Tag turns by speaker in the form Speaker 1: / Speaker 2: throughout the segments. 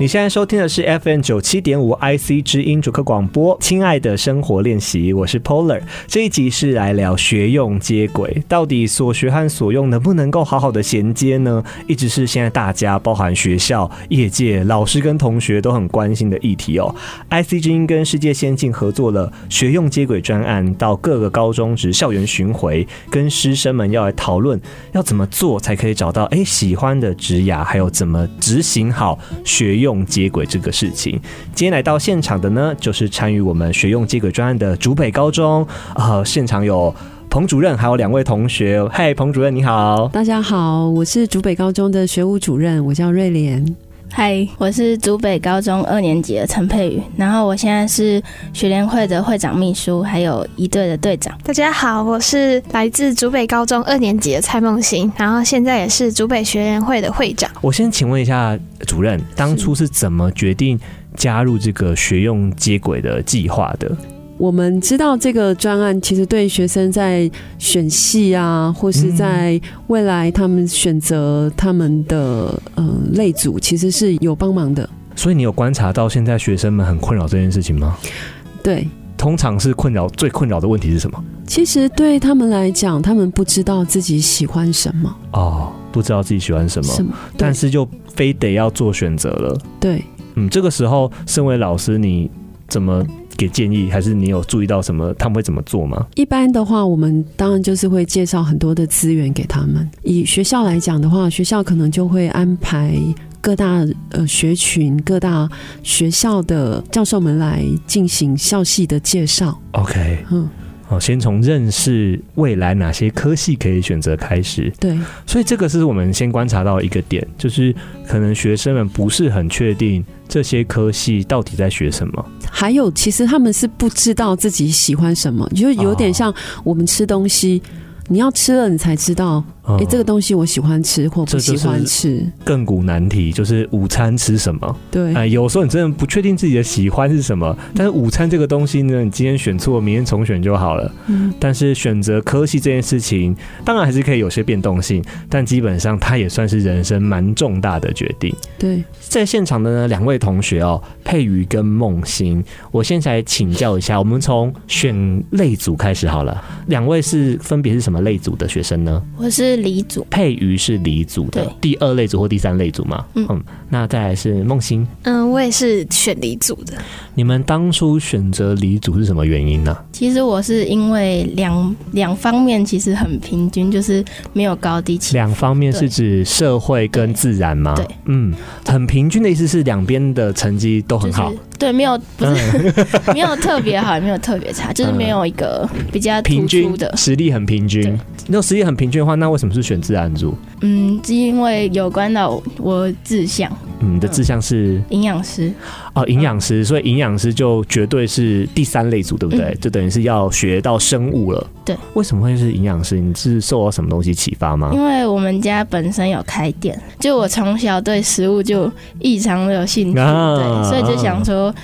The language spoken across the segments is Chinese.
Speaker 1: 你现在收听的是 FM 九七点五 IC 之音主客广播，亲爱的生活练习，我是 Polar。这一集是来聊学用接轨，到底所学和所用能不能够好好的衔接呢？一直是现在大家，包含学校、业界、老师跟同学都很关心的议题哦。IC 之音跟世界先进合作了学用接轨专案，到各个高中职校园巡回，跟师生们要来讨论要怎么做才可以找到哎喜欢的职涯，还有怎么执行好学用接轨这个事情。今天来到现场的呢，就是参与我们学用接轨专案的竹北高中，呃，现场有彭主任还有两位同学。嗨，彭主任你好。
Speaker 2: 大家好，我是竹北高中的学务主任，我叫瑞莲。
Speaker 3: 嗨，我是竹北高中二年级的陈佩宇，然后我现在是学联会的会长秘书，还有一队的队长。
Speaker 4: 大家好，我是来自竹北高中二年级的蔡梦欣，然后现在也是竹北学联会的会长。
Speaker 1: 我先请问一下主任，当初是怎么决定加入这个学用接轨的计划的？
Speaker 2: 我们知道这个专案其实对学生在选系啊，或是在
Speaker 1: 嗯
Speaker 2: 未来他们选择他们的呃类组，其实是有帮忙的。
Speaker 1: 所以你有观察到现在学生们很困扰这件事情吗？
Speaker 2: 对，
Speaker 1: 通常是困扰最困扰的问题是什么？
Speaker 2: 其实对他们来讲，他们不知道自己喜欢什么，
Speaker 1: 哦，不知道自己喜欢什么，
Speaker 2: 什么，对
Speaker 1: 但是又非得要做选择了。
Speaker 2: 对。
Speaker 1: 嗯，这个时候身为老师，你怎么给建议？还是你有注意到什么？他们会怎么做吗？
Speaker 2: 一般的话，我们当然就是会介绍很多的资源给他们。以学校来讲的话，学校可能就会安排各大呃学群、各大学校的教授们来进行校系的介绍。
Speaker 1: OK，
Speaker 2: 嗯，
Speaker 1: 好，哦先从认识未来哪些科系可以选择开始。
Speaker 2: 对，
Speaker 1: 所以这个是我们先观察到一个点，就是可能学生们不是很确定这些科系到底在学什么。
Speaker 2: 还有其实他们是不知道自己喜欢什么，就有点像我们吃东西。你要吃了，你才知道，
Speaker 1: 嗯
Speaker 2: 哎、这个东西我喜欢吃或
Speaker 1: 这就
Speaker 2: 不喜
Speaker 1: 是
Speaker 2: 欢吃。
Speaker 1: 亘古难题就是午餐吃什么？
Speaker 2: 对，
Speaker 1: 哎、有时候你真的不确定自己的喜欢是什么，但是午餐这个东西呢，你今天选错，明天重选就好了。
Speaker 2: 嗯，
Speaker 1: 但是选择科系这件事情，当然还是可以有些变动性，但基本上它也算是人生蛮重大的决定。
Speaker 2: 对。
Speaker 1: 在现场的呢，两位同学哦，佩瑜跟梦欣，我先来请教一下，我们从选类组开始好了。两位是分别是什么类组的学生呢？
Speaker 3: 我是李组，
Speaker 1: 佩瑜是理组的
Speaker 3: 对
Speaker 1: 第二类组或第三类组嘛？
Speaker 3: 嗯
Speaker 1: 那再来是梦欣，
Speaker 4: 嗯，我也是选理组的。
Speaker 1: 你们当初选择理组是什么原因呢、
Speaker 3: 其实我是因为两两方面其实很平均，就是没有高低起。
Speaker 1: 两方面是
Speaker 3: 对
Speaker 1: 指社会跟自然吗？
Speaker 3: 对，
Speaker 1: 嗯，很平均的意思是两边的成绩都很好
Speaker 3: 就，是对，没有不是、 没有特别好，也没有特别差，就是没有一个比较突
Speaker 1: 平均
Speaker 3: 出的。
Speaker 1: 实力很平均
Speaker 3: 对。
Speaker 1: 那实力很平均的话，那为什么是选自然组？
Speaker 3: 嗯，是因为有关到我我志向，
Speaker 1: 嗯，你的志向是
Speaker 3: 营养师。
Speaker 1: 哦，营养师，所以营养师就绝对是第三类组，对不对？
Speaker 3: 嗯
Speaker 1: 就等于是要学到生物了。
Speaker 3: 对，
Speaker 1: 为什么会是营养师？你是受到什么东西启发吗？
Speaker 3: 因为我们家本身有开店，就我从小对食物就异常的有兴趣，
Speaker 1: 啊
Speaker 3: 对，所以就想说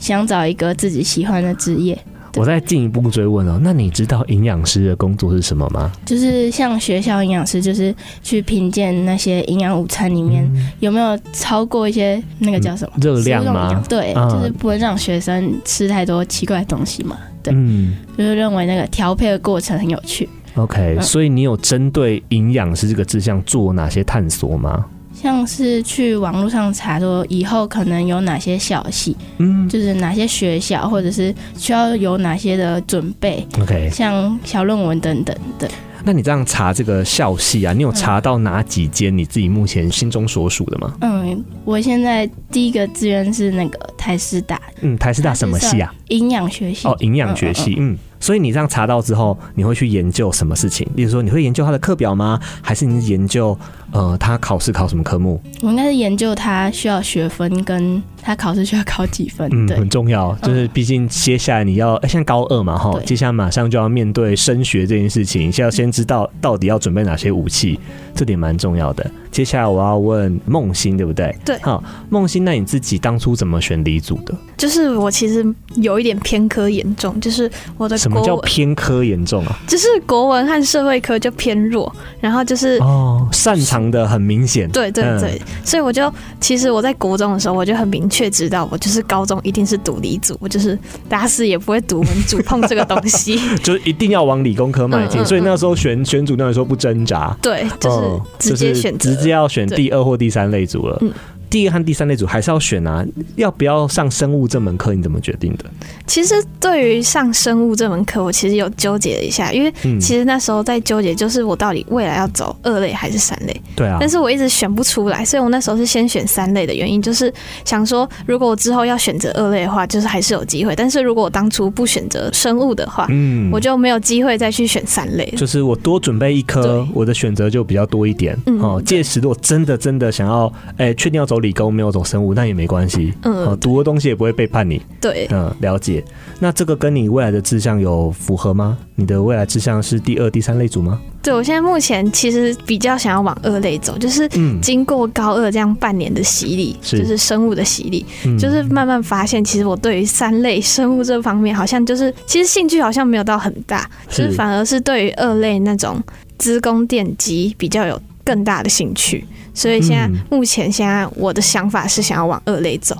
Speaker 3: 想找一个自己喜欢的职业，对
Speaker 1: 我再进一步追问哦，那你知道营养师的工作是什么吗？
Speaker 3: 就是像学校营养师，就是去评鉴那些营养午餐里面、有没有超过一些那个叫什么。
Speaker 1: 热
Speaker 3: 嗯食
Speaker 1: 嗯
Speaker 3: 物
Speaker 1: 量
Speaker 3: 中营养
Speaker 1: 吗？
Speaker 3: 对，
Speaker 1: 啊
Speaker 3: 就是不能让学生吃太多奇怪的东西嘛，对
Speaker 1: 嗯
Speaker 3: 就是认为那个调配的过程很有趣。
Speaker 1: ，OK，、
Speaker 3: 嗯
Speaker 1: 所以你有针对营养师这个志向做哪些探索吗？
Speaker 3: 像是去网络上查说以后可能有哪些小系，
Speaker 1: 嗯
Speaker 3: 就是哪些学校，或者是需要有哪些的准备，
Speaker 1: ，OK，
Speaker 3: 像小论文等等的。
Speaker 1: 那你这样查这个校系啊，你有查到哪几间你自己目前心中所属的吗？
Speaker 3: 嗯，我现在第一个志愿是那个台师大
Speaker 1: 嗯，台师大什么系啊？
Speaker 3: 营养学系。
Speaker 1: 哦，营养学系，嗯所以你这样查到之后，你会去研究什么事情？例如说，你会研究他的课表吗？还是你是研究呃他考试考什么科目？
Speaker 3: 我应该是研究它需要学分跟他考试需要考几分。
Speaker 1: 嗯，
Speaker 3: 对
Speaker 1: 很，重要，就是毕竟接下来你要，哎，像高二嘛，哈，
Speaker 3: 对
Speaker 1: 接下来马上就要面对升学这件事情，是要先知道到底要准备哪些武器，这点蛮重要的。接下来我要问梦欣，对不对？
Speaker 4: 对
Speaker 1: 好，梦欣，那你自己当初怎么选理组的？
Speaker 4: 就是我其实有一点偏科严重，就是我的
Speaker 1: 什么
Speaker 4: 呃国
Speaker 1: 叫
Speaker 4: 文，
Speaker 1: 偏科严重啊？
Speaker 4: 就是国文和社会科就偏弱，然后就是。
Speaker 1: 哦，擅长的很明显，
Speaker 4: 呃对对
Speaker 1: 嗯
Speaker 4: 对，所以我就其实我在国中的时候，我就很明确知道，我就是高中一定是读理组，我就是打死也不会读文组碰这个东 西。
Speaker 1: 就是一定要往理工科迈进，
Speaker 4: 嗯嗯
Speaker 1: 所以那时候选选组那时候不挣扎，
Speaker 4: 对，就是
Speaker 1: 嗯
Speaker 4: 直接选择。
Speaker 1: 直接要选
Speaker 4: 对
Speaker 1: 第二或第三类组了
Speaker 4: 嗯。
Speaker 1: 第一和第三类组还是要选啊，要不要上生物这门课？你怎么决定的？
Speaker 4: 其实对于上生物这门课，我其实有纠结了一下，因为
Speaker 1: 嗯，
Speaker 4: 其实那时候在纠结，就是我到底未来要走二类还是三类，
Speaker 1: 对啊
Speaker 4: 但，是我一直选不出来，所以我那时候是先选三类的原因，就是想说，如果我之后要选择二类的话，就是还是有机会，但是如果我当初不选择生物的话，
Speaker 1: 嗯
Speaker 4: 我就没有机会再去选三类了。
Speaker 1: 就是我多准备一科
Speaker 4: 对，
Speaker 1: 我的选择就比较多一点。
Speaker 4: 嗯
Speaker 1: 哦，届时如果真的真的想要，哎，确定要走理工，没有走生物，那也没关系。
Speaker 4: 嗯
Speaker 1: 哦，读的东西也不会背叛你。
Speaker 4: 对，
Speaker 1: 嗯，了解。那这个跟你未来的志向有符合吗？你的未来志向是第二、第三类组吗？
Speaker 4: 对我现在目前其实比较想要往二类走，就是
Speaker 1: 嗯，
Speaker 4: 经过高二这样半年的洗礼，
Speaker 1: 是
Speaker 4: 就是生物的洗礼，
Speaker 1: 嗯
Speaker 4: 就是慢慢发现，其实我对于三类生物这方面，好像就是其实兴趣好像没有到很大，
Speaker 1: 是
Speaker 4: 就是反而是对于二类那种资工电机比较有更大的兴趣。所以现在、
Speaker 1: 嗯
Speaker 4: 目前现在我的想法是想要往二类走。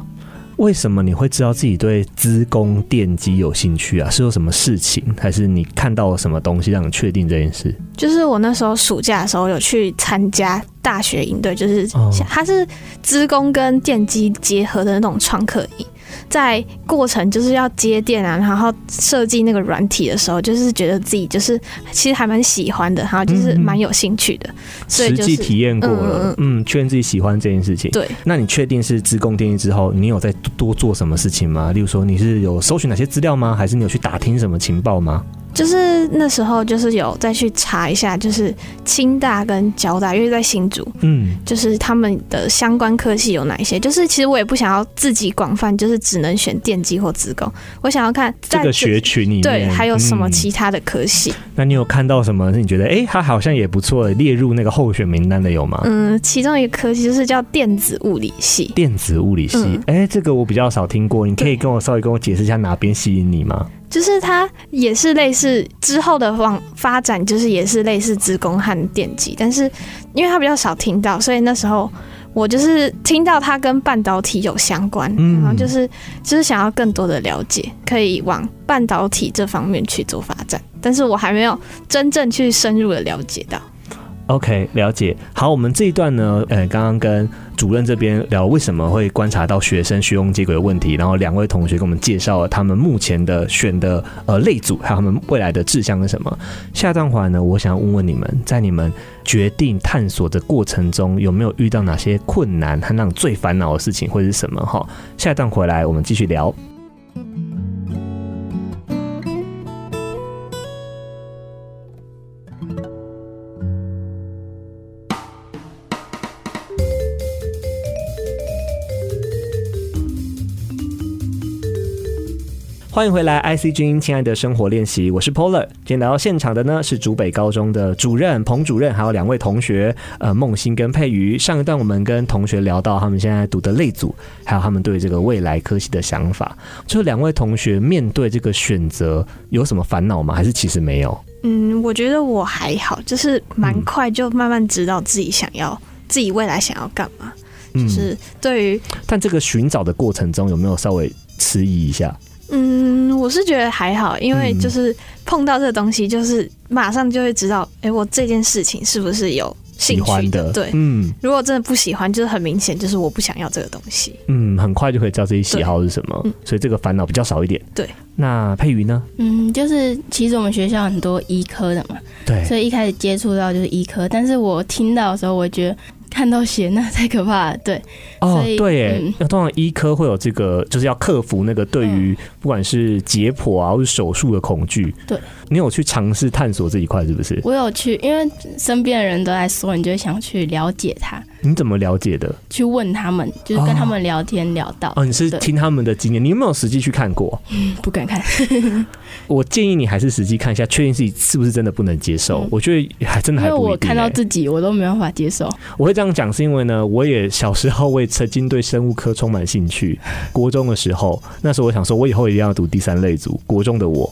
Speaker 1: 为什么你会知道自己对资工电机有兴趣啊？是有什么事情，还是你看到了什么东西让你确定这件事？
Speaker 4: 就是我那时候暑假的时候有去参加大学营队，就是
Speaker 1: 哦
Speaker 4: 像它是资工跟电机结合的那种创客营，在过程就是要接电啊，然后设计那个软体的时候，就是觉得自己就是其实还蛮喜欢的，然后就是
Speaker 1: 嗯嗯
Speaker 4: 蛮有兴趣的，所以
Speaker 1: 实
Speaker 4: 就是
Speaker 1: 际体验过了，嗯，确认自己喜欢这件事情。
Speaker 4: 对，
Speaker 1: 那你确定是资工电机之后，你有在多做什么事情吗？例如说，你是有搜寻哪些资料吗？还是你有去打听什么情报吗？
Speaker 4: 就是那时候就是有再去查一下，就是清大跟交大，因为在新竹，
Speaker 1: 嗯，
Speaker 4: 就是他们的相关科系有哪一些？就是其实我也不想要自己广泛，就是只能选电机或资工，我想要看
Speaker 1: 这
Speaker 4: 在
Speaker 1: 个学群里面，
Speaker 4: 对还有什么其
Speaker 1: 嗯
Speaker 4: 他的科系。
Speaker 1: 那你有看到什么是你觉得，哎，它好像也不错，列入那个候选名单的有吗？
Speaker 4: 嗯，其中一个科系就是叫电子物理系。
Speaker 1: 电子物理系
Speaker 4: 嗯，
Speaker 1: 哎、这个我比较少听过，你可以跟我稍微跟我解释一下哪边吸引你吗？
Speaker 4: 就是它也是类似之后的往发展，就是也是类似职工和电机，但是因为它比较少听到，所以那时候我就是听到它跟半导体有相关，
Speaker 1: 嗯
Speaker 4: 然后就是就是想要更多的了解，可以往半导体这方面去做发展，但是我还没有真正去深入的了解到。
Speaker 1: OK，了解。好，我们这一段呢，呃，刚刚跟主任这边聊为什么会观察到学生学用接轨的问题，然后两位同学给我们介绍了他们目前的选的呃类组，还有他们未来的志向是什么。下段环呢，我想问问你们，在你们决定探索的过程中，有没有遇到哪些困难和让你最烦恼的事情，会是什么？哈，下一段回来我们继续聊。欢迎回来，IC 君亲爱的生活练习，我是 Polar。今天来到现场的呢是竹北高中的主任彭主任，还有两位同学，呃，梦欣跟佩瑜。上一段我们跟同学聊到他们现在读的类组，还有他们对这个未来科系的想法。就两位同学面对这个选择有什么烦恼吗？还是其实没有？
Speaker 4: 嗯，我觉得我还好，就是蛮
Speaker 1: 嗯
Speaker 4: 快就慢慢知道自己想要自己未来想要干嘛，
Speaker 1: 嗯
Speaker 4: 就，是对于
Speaker 1: 但这个寻找的过程中有没有稍微迟疑一下？
Speaker 4: 嗯，我是觉得还好，因为
Speaker 1: 嗯
Speaker 4: 就是碰到这个东西，就是马上就会知道，哎、我这件事情是不是有兴
Speaker 1: 喜
Speaker 4: 趣
Speaker 1: 欢的，
Speaker 4: 对，
Speaker 1: 嗯
Speaker 4: 如果真的不喜欢，就是很明显，就是我不想要这个东西。
Speaker 1: 嗯，很快就可以知道自己喜好是什么
Speaker 4: 对嗯，
Speaker 1: 所以这个烦恼比较少一点。
Speaker 4: 对，
Speaker 1: 那佩瑜呢？
Speaker 3: 嗯，就是其实我们学校很多医科的嘛，
Speaker 1: 对，
Speaker 3: 所以一开始接触到就是医科，但是我听到的时候，我觉得看到血那太可怕了，对，
Speaker 1: 哦
Speaker 3: 所，以
Speaker 1: 对耶，
Speaker 3: 嗯
Speaker 1: 那通常医科会有这个，就是要克服那个对于不管是解剖啊或是手术的恐惧。
Speaker 3: 对，
Speaker 1: 你有去尝试探索这一块是不是？
Speaker 3: 我有去，因为身边的人都在说，你就会想去了解它，
Speaker 1: 你怎么了解的？
Speaker 3: 去问他们，就是跟他们聊天聊到，
Speaker 1: 哦哦，你是
Speaker 3: 对
Speaker 1: 听他们的经验，你有没有实际去看过？
Speaker 3: 不敢看，
Speaker 1: 我建议你还是实际看一下，确定自己是不是真的不能接受。
Speaker 3: 嗯
Speaker 1: 我觉得还真的
Speaker 3: 因
Speaker 1: 还
Speaker 3: 为
Speaker 1: 不一定、
Speaker 3: 我看到
Speaker 1: 欸
Speaker 3: 自己我都没办法接受。
Speaker 1: 我会这样讲，是因为呢，我也小时候我也曾经对生物科充满兴趣。国中的时候，那时候我想说，我以后一定要读第三类组。国中的我，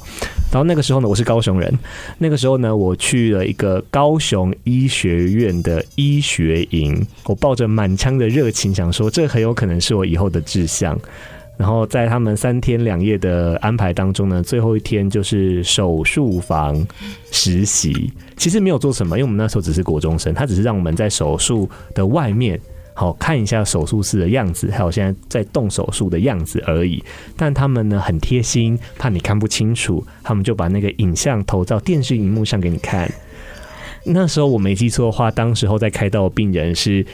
Speaker 1: 然后那个时候呢，我是高雄人，那个时候呢，我去了一个高雄医学院的医学营，我抱着满腔的热情，想说这很有可能是我以后的志向。然后在他们三天两夜的安排当中呢，最后一天就是手术房实习。其实没有做什么，因为我们那时候只是国中生，他只是让我们在手术的外面。好看一下手术室的样子，还有现在在动手术的样子而已。但他们呢很贴心，怕你看不清楚，他们就把那个影像投到电视荧幕上给你看。那时候我没记错的话，当时候在开刀的病人是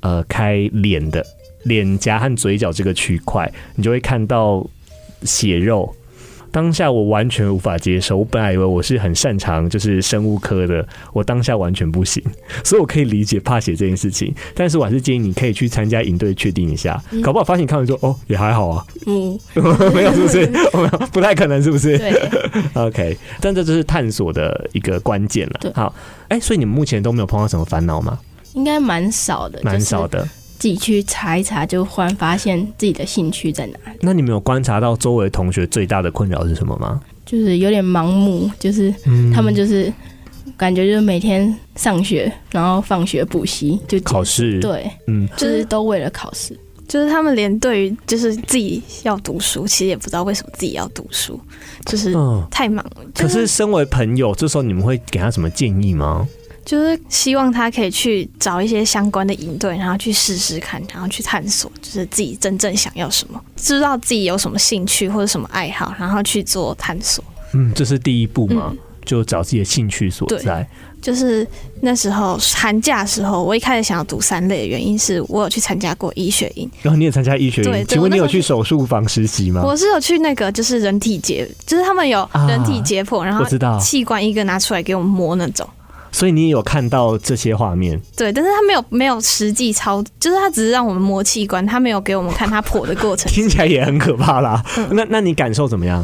Speaker 1: 呃开脸的脸颊和嘴角这个区块，你就会看到血肉。当下我完全无法接受，我本来以为我是很擅长就是生物科的，我当下完全不行， 所以我可以理解怕血这件事情，但是我还是建议你可以去参加营队确定一下，搞不好发现你看完说哦也还好 啊，
Speaker 3: 嗯，
Speaker 1: 没有是不是？我没有不太可能是不是？
Speaker 3: 对，
Speaker 1: OK，但这就是探索的一个关键了
Speaker 3: 对。
Speaker 1: 好，哎、所以你们目前都没有碰到什么烦恼吗？
Speaker 3: 应该蛮少的，
Speaker 1: 蛮少
Speaker 3: 呃就是
Speaker 1: 的。
Speaker 3: 自己去查一查，就忽然发现自己的兴趣在哪，
Speaker 1: 那你们有观察到周围同学最大的困扰是什么吗？
Speaker 3: 就是有点盲目，就是
Speaker 1: 嗯
Speaker 3: 他们就是感觉就是每天上学，然后放学补习，就
Speaker 1: 考试，，
Speaker 3: 对，
Speaker 1: 嗯，
Speaker 3: 就是都为了考试。
Speaker 4: 就是他们连对于就是自己要读书，其实也不知道为什么自己要读书，就是
Speaker 1: 嗯。
Speaker 4: 太忙了。
Speaker 1: 可
Speaker 4: 就是
Speaker 1: 身为朋友，这时候你们会给他什么建议吗？
Speaker 4: 就是希望他可以去找一些相关的营队，然后去试试看，然后去探索，就是自己真正想要什么，知道自己有什么兴趣或者什么爱好，然后去做探索。
Speaker 1: 嗯，这是第一步嘛，
Speaker 4: 嗯
Speaker 1: 就找自己的兴趣所在。
Speaker 4: 就是那时候寒假的时候，我一开始想要读三类的原因是我有去参加过医学营，
Speaker 1: 然后你也参加医学
Speaker 4: 对
Speaker 1: 院，
Speaker 4: 对
Speaker 1: 请
Speaker 4: 我
Speaker 1: 问你
Speaker 4: 那时
Speaker 1: 有
Speaker 4: 候
Speaker 1: 去手术房实习吗？
Speaker 4: 我是有去那个就是人体解，就是他们有人体解剖，然
Speaker 1: 啊我
Speaker 4: 后
Speaker 1: 知道，
Speaker 4: 器官一个拿出来给我们摸那种。
Speaker 1: 所以你也有看到这些画面。
Speaker 4: 对，但是他没有没有实际操，就是他只是让我们摸器官，他没有给我们看他破的过程。
Speaker 1: 听起来也很可怕啦。那那你感受怎么样？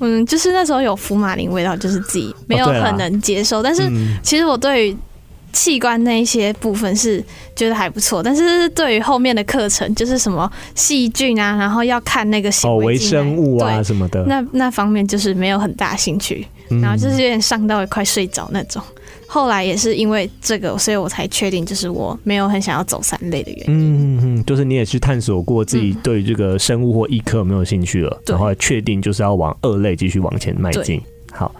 Speaker 4: 嗯，就是那时候有福马林味道，就是自己没有
Speaker 1: 哦对啦
Speaker 4: 很能接受。但是
Speaker 1: 嗯
Speaker 4: 其实我对于器官那一些部分是觉得还不错，但是对于后面的课程，就是什么细菌啊，然后要看那个行
Speaker 1: 哦，微
Speaker 4: 为进来
Speaker 1: 生物啊
Speaker 4: 对
Speaker 1: 什么的。
Speaker 4: 那那方面就是没有很大兴趣，
Speaker 1: 嗯
Speaker 4: 然后就是有点上到快睡着那种。后来也是因为这个，所以我才确定就是我没有很想要走三类的原因。
Speaker 1: 嗯嗯嗯，就是你也去探索过自己对这个生物或医科有没有兴趣了，
Speaker 4: 嗯对
Speaker 1: 然后确定就是要往二类继续往前迈进
Speaker 4: 对。
Speaker 1: 好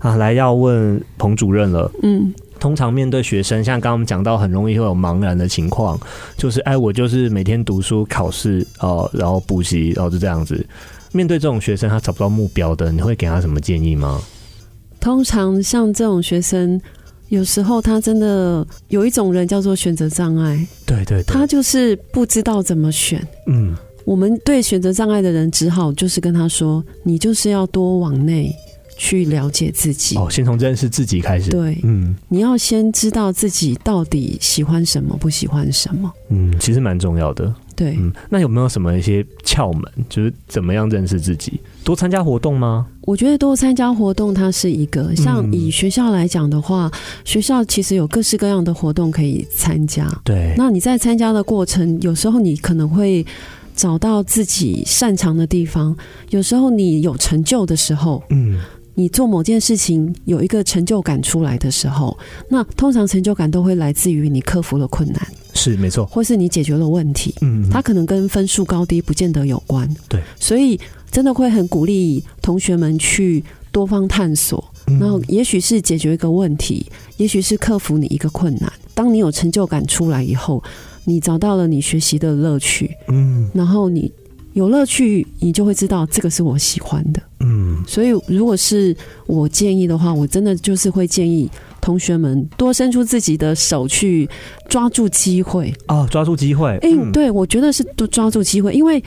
Speaker 1: 啊，来要问彭主任了。
Speaker 2: 嗯，
Speaker 1: 通常面对学生，像刚刚我们讲到，很容易会有茫然的情况，就是哎，我就是每天读书、考试哦，然后补习，然后就这样子。面对这种学生，他找不到目标的，你会给他什么建议吗？
Speaker 2: 通常像这种学生，有时候他真的有一种人叫做选择障碍，
Speaker 1: 对对对，
Speaker 2: 他就是不知道怎么选。
Speaker 1: 嗯，
Speaker 2: 我们对选择障碍的人，只好就是跟他说，你就是要多往内去了解自己。
Speaker 1: 哦，先从认识自己开始。
Speaker 2: 对，
Speaker 1: 嗯
Speaker 2: 你要先知道自己到底喜欢什么，不喜欢什么。
Speaker 1: 嗯，其实蛮重要的。
Speaker 2: 对，
Speaker 1: 嗯，那有没有什么一些窍门，就是怎么样认识自己？多参加活动吗？
Speaker 2: 我觉得多参加活动，它是一个像
Speaker 1: 嗯
Speaker 2: 以学校来讲的话，学校其实有各式各样的活动可以参加。
Speaker 1: 对，
Speaker 2: 那你在参加的过程，有时候你可能会找到自己擅长的地方，有时候你有成就的时候，
Speaker 1: 嗯，
Speaker 2: 你做某件事情有一个成就感出来的时候，那通常成就感都会来自于你克服了困难，
Speaker 1: 是没错。
Speaker 2: 或是你解决了问题。
Speaker 1: 嗯，
Speaker 2: 它可能跟分数高低不见得有关。
Speaker 1: 对，
Speaker 2: 所以真的会很鼓励同学们去多方探索，
Speaker 1: 嗯
Speaker 2: 然后也许是解决一个问题，也许是克服你一个困难。当你有成就感出来以后，你找到了你学习的乐趣，
Speaker 1: 嗯
Speaker 2: 然后你有乐趣，你就会知道这个是我喜欢的。
Speaker 1: 嗯，
Speaker 2: 所以，如果是我建议的话，我真的就是会建议同学们多伸出自己的手去抓住机会。
Speaker 1: 哦，抓住机会。
Speaker 2: 哎、
Speaker 1: 嗯，
Speaker 2: 对，我觉得是多抓住机会，因为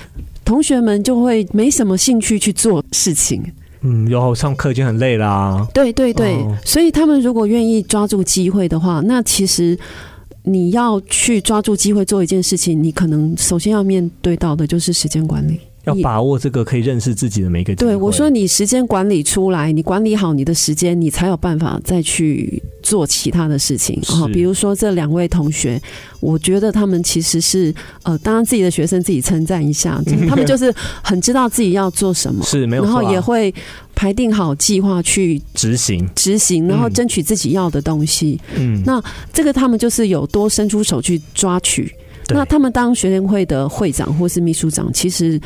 Speaker 2: 同学们就会没什么兴趣去做事情。
Speaker 1: 嗯，然后上课已经很累啦。
Speaker 2: 对对对，
Speaker 1: 哦
Speaker 2: 所以他们如果愿意抓住机会的话，那其实。你要去抓住机会做一件事情，你可能首先要面对到的就是时间管理。
Speaker 1: 要把握这个可以认识自己的每一个机会。
Speaker 2: 对我说，你时间管理出来，你管理好你的时间，你才有办法再去做其他的事情。哦
Speaker 1: 是
Speaker 2: 比如说这两位同学，我觉得他们其实是呃，当然自己的学生自己称赞一 下，就是他们就是很知道自己要做什么，
Speaker 1: 是没有
Speaker 2: 然
Speaker 1: 错、啊，
Speaker 2: 后也会排定好计划去
Speaker 1: 执行。
Speaker 2: 执行，然后
Speaker 1: 嗯
Speaker 2: 争取自己要的东西。
Speaker 1: 嗯，
Speaker 2: 那这个他们就是有多伸出手去抓取。
Speaker 1: 对
Speaker 2: 那他们当学联会的会长或是秘书长，其实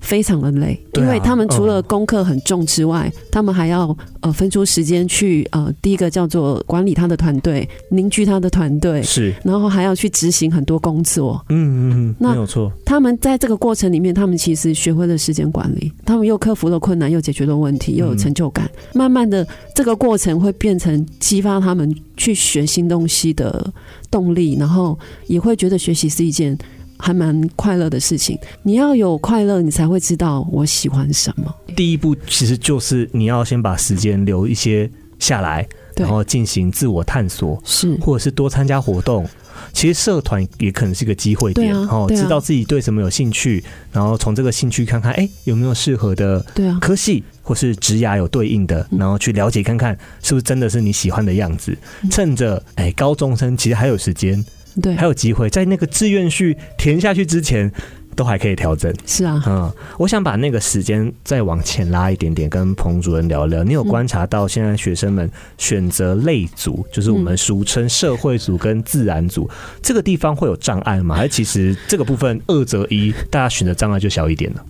Speaker 2: 非常的累，
Speaker 1: 对啊
Speaker 2: 因为他们除了
Speaker 1: 嗯
Speaker 2: 功课很重之外，他们还要呃分出时间去呃，第一个叫做管理他的团队，凝聚他的团队，
Speaker 1: 是，
Speaker 2: 然后还要去执行很多工作。
Speaker 1: 嗯嗯嗯，
Speaker 2: 那
Speaker 1: 没有错，
Speaker 2: 他们在这个过程里面，他们其实学会了时间管理，他们又克服了困难，又解决了问题，又有成就感。慢慢的，这个过程会变成激发他们去学新东西的动力，然后也会觉得学习是一件还蛮快乐的事情。你要有快乐，你才会知道我喜欢什么。
Speaker 1: 第一步其实就是你要先把时间留一些下来，
Speaker 2: 对
Speaker 1: 然后进行自我探索，
Speaker 2: 是
Speaker 1: 或者是多参加活动。其实社团也可能是一个机会点，
Speaker 2: 对啊
Speaker 1: 哦，
Speaker 2: 对啊
Speaker 1: 知道自己对什么有兴趣，然后从这个兴趣看看，哎，有没有适合的
Speaker 2: 对啊，
Speaker 1: 科系或是职涯有对应
Speaker 2: 嗯
Speaker 1: 的，然后去了解看看是不是真的是你喜欢的样子。
Speaker 2: 嗯
Speaker 1: 趁着哎高中生其实还有时间，
Speaker 2: 对
Speaker 1: 还，有机会，在那个志愿序填下去之前，都还可以调整。
Speaker 2: 是啊，
Speaker 1: 嗯，我想把那个时间再往前拉一点点，跟彭主任聊聊。你有观察到现在学生们选择类组，就是我们俗称社会组跟自然组，这个地方会有障碍吗？还是其实这个部分二择一，大家选择障碍就小一点了？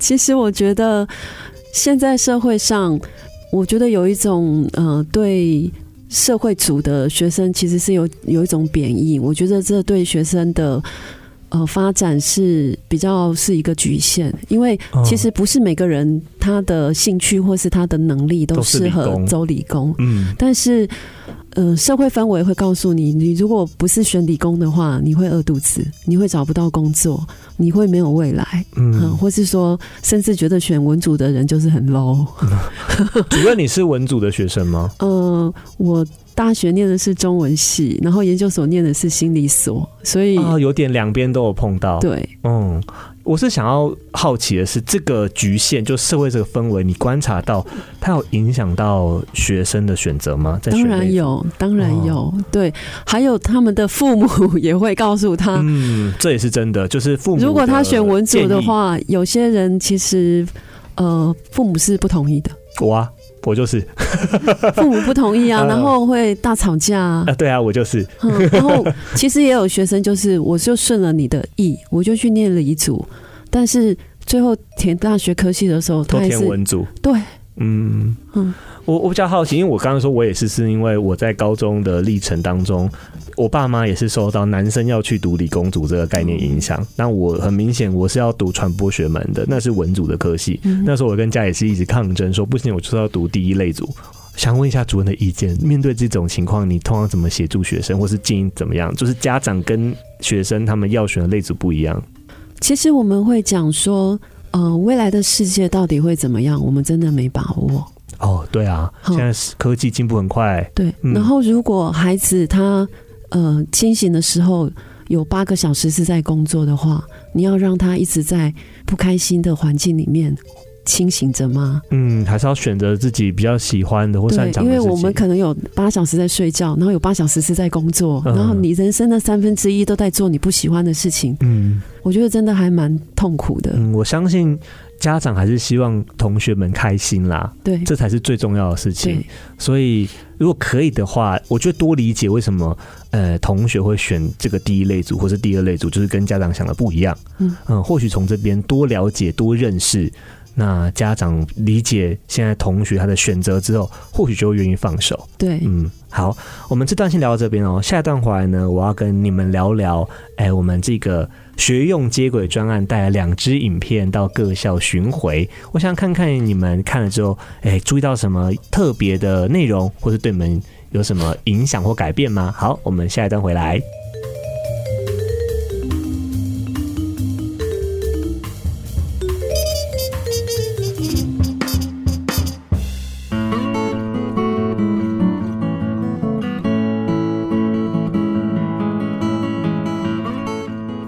Speaker 2: 其实我觉得现在社会上，我觉得有一种呃对。社会组的学生其实是有有一种贬义，我觉得这对学生的呃发展是比较是一个局限，因为
Speaker 1: 哦
Speaker 2: 其实不是每个人他的兴趣或是他的能力都
Speaker 1: 都是理
Speaker 2: 适合
Speaker 1: 工
Speaker 2: 走理工，
Speaker 1: 嗯，
Speaker 2: 但是呃社会氛围会告诉你，你如果不是选理工的话，你会饿肚子，你会找不到工作，你会没有未来，嗯，
Speaker 1: 嗯，
Speaker 2: 或是说，甚至觉得选文组的人就是很 low。
Speaker 1: 主任，你是文组的学生 吗？
Speaker 2: 嗯，我大学念的是中文系，然后研究所念的是心理所，所以、
Speaker 1: 啊、有点两边都有碰到。，
Speaker 2: 对，
Speaker 1: 嗯，我是想要好奇的是，这个局限就社会这个氛围，你观察到它有影响到学生的选择吗？在
Speaker 2: 当
Speaker 1: 选类
Speaker 2: 然
Speaker 1: 组。哦
Speaker 2: 有，当然有，对，还有他们的父母 也会告诉他，
Speaker 1: 嗯，这也是真的，就是父母
Speaker 2: 啊如果他选文组
Speaker 1: 的
Speaker 2: 的话，有些人其实。呃，父母是不同意的，
Speaker 1: 建议，我啊，我就是
Speaker 2: 父母不同意啊，
Speaker 1: 嗯
Speaker 2: 然后会大吵架 啊
Speaker 1: 啊、，对啊，我就是，
Speaker 2: 嗯，然后其实也有学生就是，我就顺了你的意，我就去念理组，但是最后填大学科系的时候，他
Speaker 1: 都
Speaker 2: 还
Speaker 1: 填
Speaker 2: 是
Speaker 1: 文组。
Speaker 2: 对，
Speaker 1: 嗯
Speaker 2: 嗯
Speaker 1: 我我比较好奇，因为我刚刚说我也是，是因为我在高中的历程当中，我爸妈也是受到男生要去读理工组这个概念影响。那我很明显我是要读传播学门的，那是文组的科系。
Speaker 2: 嗯
Speaker 1: 那时候我跟家也是一直抗争，说不行，我就是要读第一类组。想问一下主任的意见，面对这种情况，你通常怎么协助学生，或是建议怎么样？就是家长跟学生他们要选的类组不一样，
Speaker 2: 其实我们会讲说，呃，未来的世界到底会怎么样，我们真的没把握。
Speaker 1: 哦，对啊，
Speaker 2: 好
Speaker 1: 现在是科技进步很快，
Speaker 2: 对，
Speaker 1: 嗯
Speaker 2: 然后如果孩子他呃清醒的时候有八个小时是在工作的话，你要让他一直在不开心的环境里面清醒着吗？
Speaker 1: 嗯，还是要选择自己比较喜欢的或
Speaker 2: 对
Speaker 1: 擅，长
Speaker 2: 因
Speaker 1: 的事
Speaker 2: 为
Speaker 1: 情。
Speaker 2: 我们可能有八小时在睡觉，然后有八小时是在工作，
Speaker 1: 嗯
Speaker 2: 然后你人生的三分之一都在做你不喜欢的事情，
Speaker 1: 嗯
Speaker 2: 我觉得真的还蛮痛苦的。
Speaker 1: 嗯，我相信家长还是希望同学们开心啦，
Speaker 2: 对，
Speaker 1: 这才是最重要的事情
Speaker 2: 对。，
Speaker 1: 所以如果可以的话，我觉得多理解为什么呃同学会选这个第一类组或是第二类组，就是跟家长想的不一样。
Speaker 2: 嗯
Speaker 1: 或许从这边多了解、多认识，那家长理解现在同学他的选择之后，或许就会愿意放手。
Speaker 2: 对，
Speaker 1: 嗯，好，我们这段先聊到这边哦。下一段回来呢，我要跟你们聊聊，哎，我们这个学用接轨专案带了两支影片到各校巡回，我想看看你们看了之后，哎，注意到什么特别的内容，或是对你们有什么影响或改变吗？好，我们下一段回来。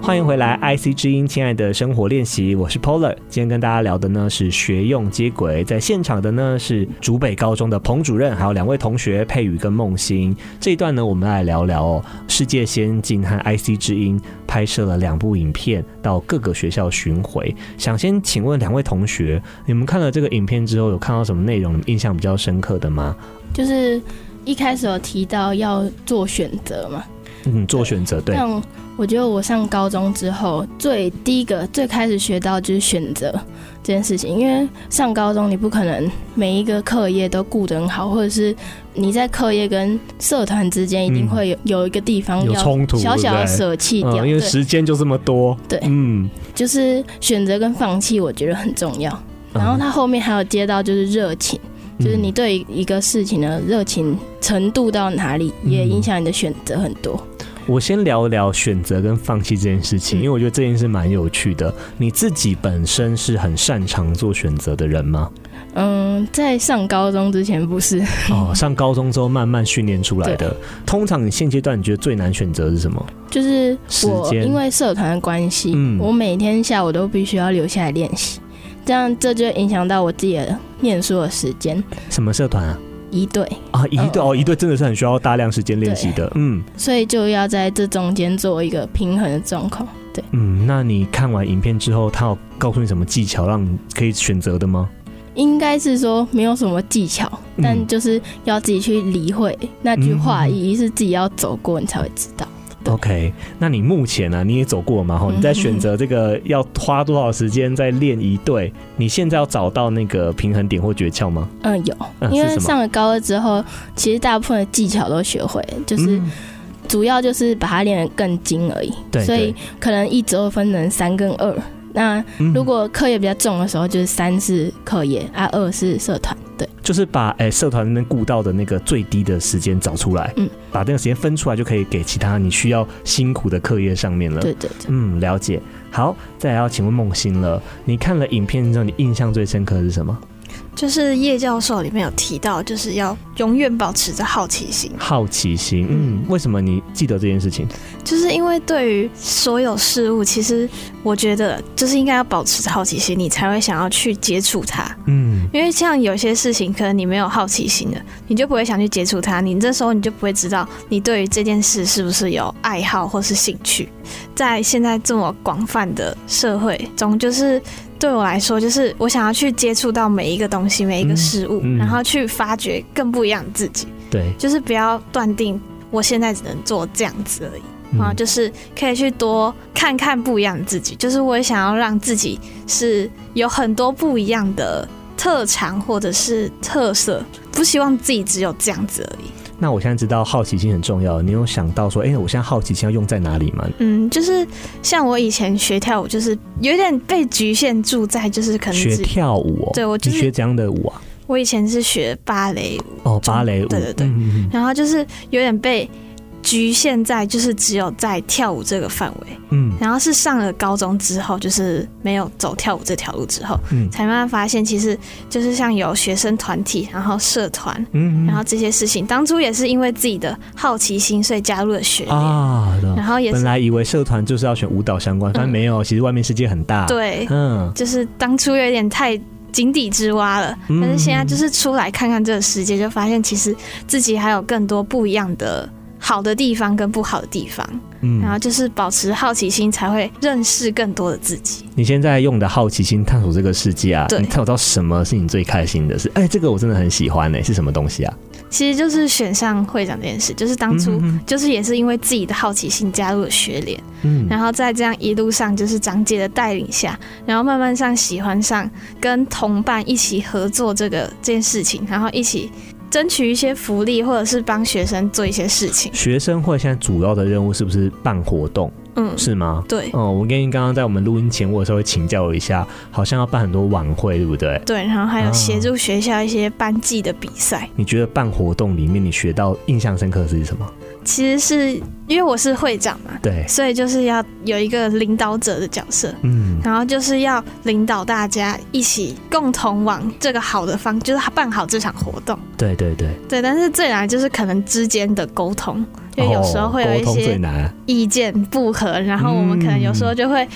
Speaker 1: 欢迎回来，IC 之音，亲爱的生活练习，我是 Polar。今天跟大家聊的呢是学用接轨，在现场的呢是竹北高中的彭主任，还有两位同学佩宇跟梦欣。这一段呢，我们来聊聊哦，世界先进和 IC 之音拍摄了两部影片，到各个学校巡回。想先请问两位同学，你们看了这个影片之后，有看到什么内容你们印象比较深刻的吗？
Speaker 3: 就是一开始有提到要做选择嘛，
Speaker 1: 嗯，做选择，对，
Speaker 3: 但我觉得我上高中之后，最第一个最开始学到就是选择这件事情，因为上高中你不可能每一个课业都顾得很好，或者是你在课业跟社团之间一定
Speaker 1: 嗯
Speaker 3: 会有、有一个地方
Speaker 5: 有
Speaker 3: 要
Speaker 5: 冲突，
Speaker 3: 小小的
Speaker 5: 对不对
Speaker 3: 舍弃掉，
Speaker 1: 嗯，因为
Speaker 3: 对
Speaker 1: 时间就这么多，
Speaker 3: 对
Speaker 1: 嗯，
Speaker 3: 就是选择跟放弃，我觉得很重要。
Speaker 1: 嗯
Speaker 3: 然后他后面还有接到就是热情，就是你对一个事情的热情程度到哪里，
Speaker 1: 嗯
Speaker 3: 也影响你的选择很多。
Speaker 1: 我先聊一聊选择跟放弃这件事情，
Speaker 3: 嗯
Speaker 1: 因为我觉得这件事蛮有趣的。你自己本身是很擅长做选择的人吗？
Speaker 3: 嗯，在上高中之前不是，
Speaker 1: 哦，上高中之后慢慢训练出来的。通常你现阶段你觉得最难选择是什么？
Speaker 3: 就是
Speaker 1: 时
Speaker 3: 我
Speaker 1: 间
Speaker 3: 因为社团的关系，
Speaker 1: 嗯
Speaker 3: 我每天下午都必须要留下来练习，这样这就影响到我自己的念书的时间。
Speaker 1: 什么社团啊？
Speaker 3: 一对，
Speaker 1: 啊，一队、
Speaker 3: 嗯
Speaker 1: 哦，一队真的是很需要大量时间练习的。嗯
Speaker 3: 所以就要在这中间做一个平衡的状况。对，
Speaker 1: 嗯，那你看完影片之后，他有告诉你什么技巧让你可以选择的吗？
Speaker 3: 应该是说没有什么技巧，
Speaker 1: 嗯
Speaker 3: 但就是要自己去理会那句话，
Speaker 1: 嗯
Speaker 3: 意义是自己要走过，你才会知道。对
Speaker 1: OK，那你目前呢、你也走过嘛？吼，
Speaker 3: 嗯
Speaker 1: 你在选择这个要花多少时间在练一队？你现在要找到那个平衡点或诀窍吗？
Speaker 3: 嗯，有，
Speaker 1: 嗯
Speaker 3: 因
Speaker 1: 是
Speaker 3: 为
Speaker 1: 什么
Speaker 3: 上了高二之后，其实大部分的技巧都学会了，就是
Speaker 1: 嗯
Speaker 3: 主要就是把它练得更精而已。
Speaker 1: 对
Speaker 3: 所以可能一周分成三跟二。那
Speaker 1: 嗯
Speaker 3: 如果课业比较重的时候，就是三是课业，啊二是社团。对，
Speaker 1: 就是把哎、社团那边顾到的那个最低的时间找出来，
Speaker 3: 嗯
Speaker 1: 把那个时间分出来，就可以给其他你需要辛苦的课业上面了。
Speaker 3: 对对对。
Speaker 1: 嗯，了解。好，再来要请问梦欣了，你看了影片之后，你印象最深刻的是什么？
Speaker 4: 就是叶教授里面有提到，就是要永远保持着好奇心，
Speaker 1: 好奇心。嗯，为什么你记得这件事情？
Speaker 4: 就是因为对于所有事物，其实我觉得就是应该要保持着好奇心，你才会想要去接触它。
Speaker 1: 嗯，
Speaker 4: 因为像有些事情，可能你没有好奇心的，你就不会想去接触它，你这时候你就不会知道你对于这件事是不是有爱好或是兴趣。在现在这么广泛的社会中，就是对我来说，就是我想要去接触到每一个东西、每一个事物，
Speaker 1: 嗯嗯
Speaker 4: 然后去发掘更不一样的自己，
Speaker 1: 对，
Speaker 4: 就是不要断定我现在只能做这样子而已。
Speaker 1: 嗯
Speaker 4: 啊，就是可以去多看看不一样的自己。就是我也想要让自己是有很多不一样的特长或者是特色，不希望自己只有这样子而已。
Speaker 1: 那我现在知道好奇心很重要，你有想到说，哎、我现在好奇心要用在哪里吗？
Speaker 4: 嗯，就是像我以前学跳舞，就是有点被局限住在，就是可能
Speaker 1: 学
Speaker 4: 只
Speaker 1: 跳舞哦，
Speaker 4: 对我就
Speaker 1: 你学
Speaker 4: 是
Speaker 1: 怎样的舞啊？
Speaker 4: 我以前是学芭蕾舞，
Speaker 1: 哦，芭蕾舞，
Speaker 4: 对对对
Speaker 1: 嗯嗯
Speaker 4: 然后就是有点被局限在，就是只有在跳舞这个范围。
Speaker 1: 嗯
Speaker 4: 然后是上了高中之后，就是没有走跳舞这条路之后，
Speaker 1: 嗯
Speaker 4: 才慢慢发现，其实就是像有学生团体，然后社团，
Speaker 1: 嗯嗯
Speaker 4: 然后这些事情，当初也是因为自己的好奇心，所以加入了学联，
Speaker 1: 啊，懂
Speaker 4: 然后也
Speaker 1: 本
Speaker 4: 是嗯
Speaker 1: 来以为社团就是要选舞蹈相关，反正没有，其实外面世界很大。，
Speaker 4: 对，
Speaker 1: 嗯，
Speaker 4: 就是当初有点太井底之蛙了，
Speaker 1: 嗯
Speaker 4: 但是现在就是出来看看这个世界，就发现其实自己还有更多不一样的。好的地方跟不好的地方，
Speaker 1: 嗯
Speaker 4: 然后就是保持好奇心，才会认识更多的自己。
Speaker 1: 你现在用你的好奇心探索这个世界啊，
Speaker 4: 对
Speaker 1: 你探索到什么是你最开心的事？哎，这个我真的很喜欢呢、是什么东西啊？
Speaker 4: 其实就是选上会长这件事，就是当初
Speaker 1: 嗯
Speaker 4: 就是也是因为自己的好奇心加入了学联，
Speaker 1: 嗯
Speaker 4: 然后在这样一路上就是长姐的带领下，然后慢慢上喜欢上跟同伴一起合作这个这件事情，然后一起争取一些福利或者是帮学生做一些事情。
Speaker 1: 学生会现在主要的任务是不是办活动？
Speaker 4: 嗯，
Speaker 1: 是吗？
Speaker 4: 对
Speaker 1: 哦，我跟你刚刚在我们录音前，我有稍微请教一下，好像要办很多晚会，对不对？
Speaker 4: 对，然后还有
Speaker 1: 啊
Speaker 4: 协助学校一些班级的比赛。
Speaker 1: 你觉得办活动里面你学到印象深刻的是什么？
Speaker 4: 其实是因为我是会长嘛，
Speaker 1: 对，
Speaker 4: 所以就是要有一个领导者的角色，
Speaker 1: 嗯，
Speaker 4: 然后就是要领导大家一起共同往这个好的方，就是办好这场活动。
Speaker 1: 对对对，
Speaker 4: 对，但是最难就是可能之间的沟通，因为有时候会有
Speaker 1: 哦
Speaker 4: 一
Speaker 1: 沟通最
Speaker 4: 些呃
Speaker 1: 难，
Speaker 4: 意见不合，然后我们可能有时候就会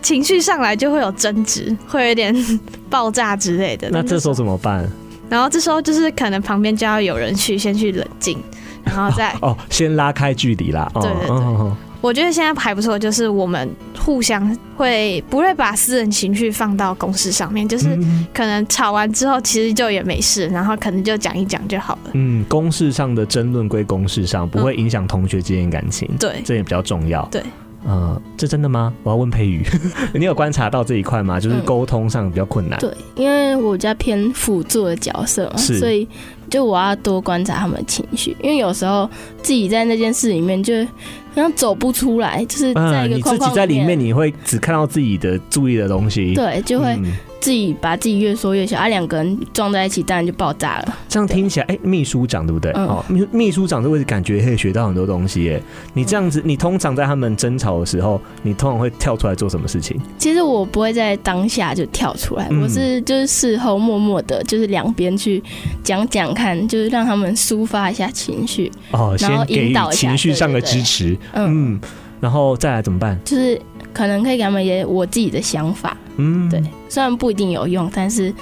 Speaker 4: 情绪上来就会有争执，会有点 爆炸之类的。
Speaker 1: 那这时候
Speaker 4: 候，
Speaker 1: 怎么办？
Speaker 4: 然后这时候就是可能旁边就要有人去先去冷静，然后 再
Speaker 1: 哦，先拉开距离啦。哦、
Speaker 4: 对对对
Speaker 1: 哦
Speaker 4: 我觉得现在还不错，就是我们互相会不会把私人情绪放到公事上面，就是
Speaker 1: 嗯
Speaker 4: 可能吵完之后其实就也没事，然后可能就讲一讲就好了。
Speaker 1: 嗯，公事上的争论归公事上，不会影响同学之间的感情，
Speaker 4: 对，
Speaker 1: 这也比较重要。
Speaker 4: 对。
Speaker 1: 呃，这真的吗？我要问佩瑜， 你有观察到这一块吗？就是
Speaker 3: 嗯
Speaker 1: 沟通上比较困难。
Speaker 3: 对，因为我比较偏辅助的角色嘛，
Speaker 1: 是
Speaker 3: 所以就我要多观察他们的情绪，因为有时候自己在那件事里面就好像走不出来，就是在一个
Speaker 1: 嗯啊你
Speaker 3: 框
Speaker 1: 自己
Speaker 3: 框
Speaker 1: 在里面，
Speaker 3: 面，
Speaker 1: 你会只看到自己的注意的东西，，
Speaker 3: 对，就会
Speaker 1: 嗯、
Speaker 3: 自己把自己越说越小，啊，两个人撞在一起，当然就爆炸了。
Speaker 1: 这样听起来，哎、秘书长对不对？
Speaker 3: 嗯
Speaker 1: 哦，秘秘书长这位置感觉可以学到很多东西耶。你这样
Speaker 3: 嗯
Speaker 1: 子，你通常在他们争吵的时候，你通常会跳出来做什么事情？
Speaker 3: 其实我不会在当下就跳出来，
Speaker 1: 嗯
Speaker 3: 我是就是事后默默的，就是两边去讲讲看，就是让他们抒发一下情绪，
Speaker 1: 哦，
Speaker 3: 然
Speaker 1: 先
Speaker 3: 后
Speaker 1: 给
Speaker 3: 引
Speaker 1: 予
Speaker 3: 导一下
Speaker 1: 情绪上的
Speaker 3: 对对对
Speaker 1: 支持，
Speaker 3: 嗯，
Speaker 1: 嗯，然后再来怎么办？
Speaker 3: 就是可能可以给他们一些我自己的想法，
Speaker 1: 嗯，
Speaker 3: 对，虽然不一定有用，但是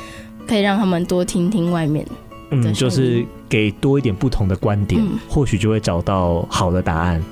Speaker 3: 可以让他们多听听外面。
Speaker 1: 嗯，
Speaker 3: 对
Speaker 1: 就
Speaker 3: 声
Speaker 1: 是
Speaker 3: 音
Speaker 1: 给多一点不同的观点，
Speaker 3: 嗯
Speaker 1: 或许就会找到好的答案。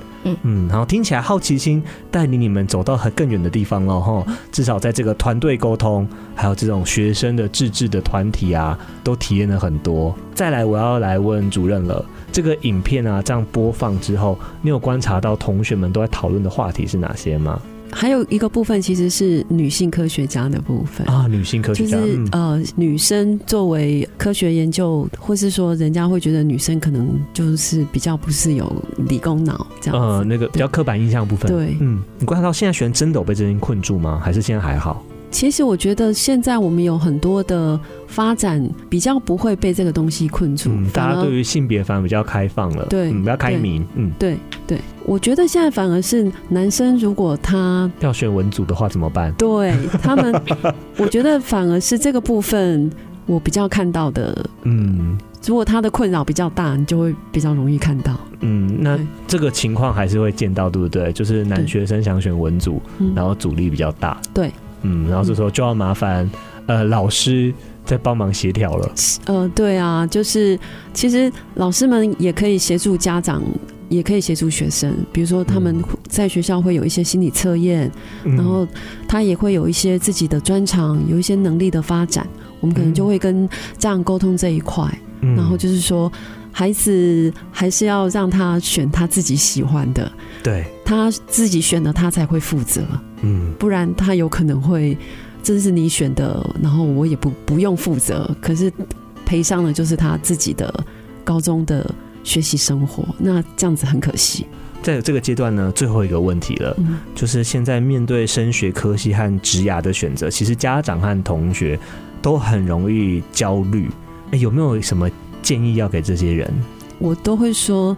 Speaker 3: 嗯
Speaker 1: 然后听起来好奇心带领你们走到很更远的地方了哈。至少在这个团队沟通，还有这种学生的自治的团体啊，都体验了很多。再来，我要来问主任了，这个影片啊，这样播放之后，你有观察到同学们都在讨论的话题是哪些吗？
Speaker 2: 还有一个部分其实是女性科学家的部分。
Speaker 1: 啊，女性科学
Speaker 2: 就
Speaker 1: 家，
Speaker 2: 是
Speaker 1: 嗯
Speaker 2: 呃，女生作为科学研究，或是说人家会觉得女生可能就是比较不是有理工脑这样
Speaker 1: 呃，
Speaker 2: 子。
Speaker 1: 那个比较刻板印象的部分，
Speaker 2: 对
Speaker 1: 嗯，你观察到现在学生真的有被这件困住吗？还是现在还好？
Speaker 2: 其实我觉得现在我们有很多的发展比较不会被这个东西困住，
Speaker 1: 嗯，
Speaker 2: 反
Speaker 1: 大家
Speaker 2: 而
Speaker 1: 对于性别反而比较开放了，
Speaker 2: 啊对
Speaker 1: 嗯，比较开明，嗯，
Speaker 2: 对对，我觉得现在反而是男生，如果他
Speaker 1: 要选文组的话怎么办？
Speaker 2: 对他 们，我觉得反而是这个部分我比较看到的。
Speaker 1: 嗯
Speaker 2: 如果他的困扰比较大，你就会比较容易看到。
Speaker 1: 嗯，那
Speaker 2: 对
Speaker 1: 这个情况还是会见到，对不对？就是男
Speaker 2: 对
Speaker 1: 学生想选文组，
Speaker 2: 嗯
Speaker 1: 然后阻力比较大，
Speaker 2: 对，
Speaker 1: 嗯，然后这时候就要麻烦呃老师再帮忙协调了，
Speaker 2: 呃，对啊，就是其实老师们也可以协助家长，也可以协助学生。比如说他们
Speaker 1: 嗯
Speaker 2: 在学校会有一些心理测验，
Speaker 1: 嗯
Speaker 2: 然后他也会有一些自己的专长，有一些能力的发展。我们可能就会跟家长沟通这一块，
Speaker 1: 嗯
Speaker 2: 然后就是说，孩子还是要让他选他自己喜欢的，
Speaker 1: 对，
Speaker 2: 他自己选的他才会负责，
Speaker 1: 嗯
Speaker 2: 不然他有可能会，真是你选的，然后我也不不用负责，可是赔上的就是他自己的高中的学习生活，那这样子很可惜。
Speaker 1: 在这个阶段呢，最后一个问题了，
Speaker 2: 嗯，
Speaker 1: 就是现在面对升学科系和职涯的选择，其实家长和同学都很容易焦虑。诶有没有什么建议要给这些人？
Speaker 2: 我都会说，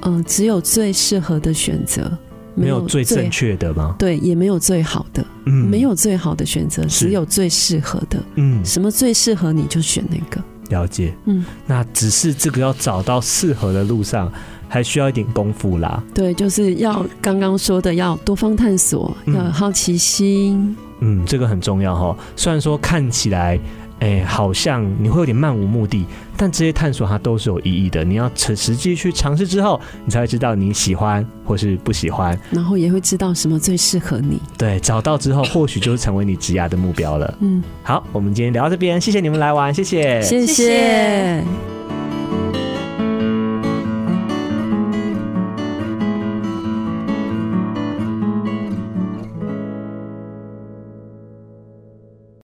Speaker 2: 呃，只有最适合的选择，
Speaker 1: 没有最正确的吗？
Speaker 2: 对，也没有最好的，
Speaker 1: 嗯
Speaker 2: 没，有最好的选择，
Speaker 1: 是
Speaker 2: 只有最适合的。
Speaker 1: 嗯，
Speaker 2: 什么最适合你就选那个。
Speaker 1: 了解。
Speaker 2: 嗯，
Speaker 1: 那只是这个要找到适合的路上，还需要一点功夫啦。
Speaker 2: 对，就是要刚刚说的，要多方探索，
Speaker 1: 嗯
Speaker 2: 要有好奇心。
Speaker 1: 嗯，这个很重要哈。虽然说看起来，哎、好像你会有点漫无目的，但这些探索它都是有意义的。你要实实际去尝试之后，你才会知道你喜欢或是不喜欢。
Speaker 2: 然后也会知道什么最适合你。
Speaker 1: 对，找到之后，或许就是成为你职涯的目标了。
Speaker 2: 嗯，
Speaker 1: 好，我们今天聊到这边，谢谢你们来玩，谢谢，
Speaker 2: 谢
Speaker 4: 谢谢